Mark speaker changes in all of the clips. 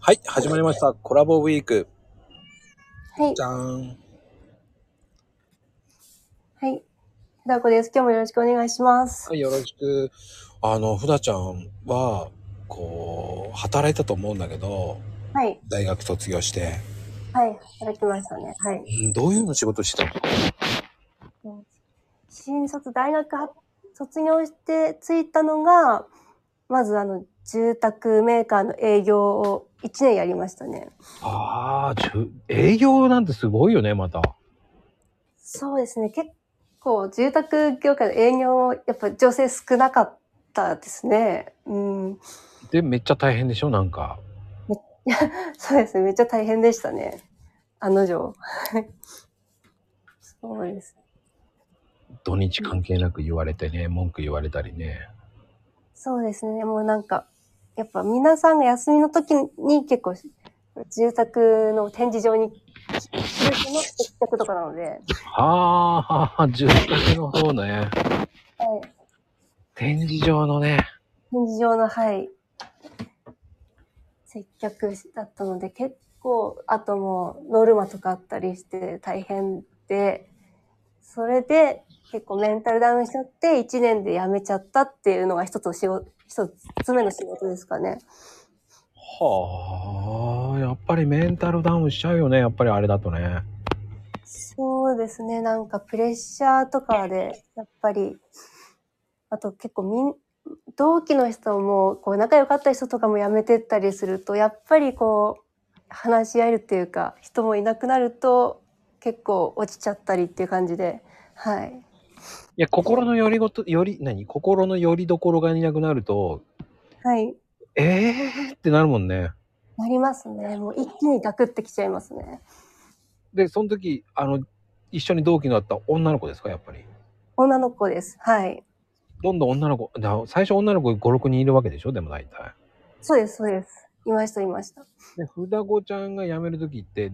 Speaker 1: はい、始まりました。コラボウィーク。
Speaker 2: はい
Speaker 1: じ。ゃーん。
Speaker 2: はい。ふだこです。今日もよろしくお願いします。
Speaker 1: はい、よろしく。あの、ふなちゃんは、こう、働いたと思うんだけど、
Speaker 2: はい。
Speaker 1: 大学卒業して。
Speaker 2: はい。働きましたね。はい。
Speaker 1: うんどういうの仕事してたの
Speaker 2: 新卒、大学は卒業してついたのが、まずあの、住宅メーカーの営業を1年やりましたね。
Speaker 1: ああ、じゅ営業なんてすごいよね、また。
Speaker 2: そうですね。結構、住宅業界の営業、やっぱ女性少なかったですね。うん。
Speaker 1: で、めっちゃ大変でしょ、なんか。
Speaker 2: そうですね。めっちゃ大変でしたね。あの女。 そうです。
Speaker 1: 土日関係なく言われてね、文句言われたりね。
Speaker 2: そうですね。もうなんか、やっぱ皆さんが休みの時に結構、住宅の展示場に、住宅の接客とかなので、はい。
Speaker 1: ああ、住宅の方ね。展示場のね。
Speaker 2: 展示場の、はい、接客だったので、結構、あともうノルマとかあったりして大変で、それで結構メンタルダウンしちゃって、1年で辞めちゃったっていうのが一つの仕事、一つ目の仕事ですかね。
Speaker 1: はあ、やっぱりメンタルダウンしちゃうよね、やっぱりあれだとね。
Speaker 2: そうですね。なんかプレッシャーとかで、やっぱり、あと結構みん、同期の人も、こう仲良かった人とかも辞めてったりすると、やっぱりこう、話し合えるっていうか、人もいなくなると、結構落ちちゃったりっていう感じで、はい。
Speaker 1: いや、心のよりごと、より、何心のよりどころがいなくなると、
Speaker 2: はい。
Speaker 1: えーってなるもんね。
Speaker 2: なりますね。もう一気にガクってきちゃいますね。
Speaker 1: で、その時、あの、一緒に同期のあった女の子ですか、やっぱり。
Speaker 2: 女の子です。はい。
Speaker 1: どんどん女の子、な最初女の子5、6人いるわけでしょでも大体。
Speaker 2: そうです、そうです。いました、いました。
Speaker 1: で、ふだごちゃんが辞める時って、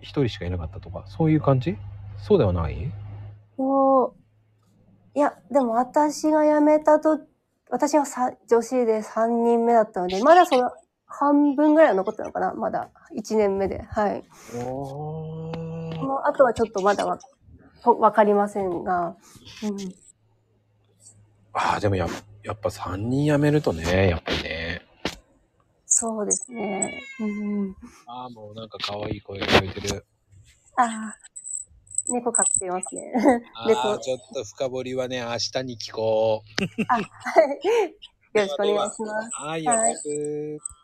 Speaker 1: 一人しかいなかったとか、そういう感じそうではない
Speaker 2: そう。いや、でも私が辞めたと、私がさ女子で3人目だったので、まだその半分ぐらいは残ったのかなまだ。1年目で。はい。
Speaker 1: お
Speaker 2: この後はちょっとまだわ、とわかりませんが。うん。
Speaker 1: ああ、でもや、やっぱ3人辞めるとね、やっぱりね。
Speaker 2: そうですね。うん。
Speaker 1: ああ、もうなんか可愛い声が聞こえてる。
Speaker 2: ああ。猫飼ってますね。
Speaker 1: ああ、ちょっと深掘りはね、明日に聞こう。
Speaker 2: よろしくお願いします。
Speaker 1: はい、
Speaker 2: はい
Speaker 1: よろしく。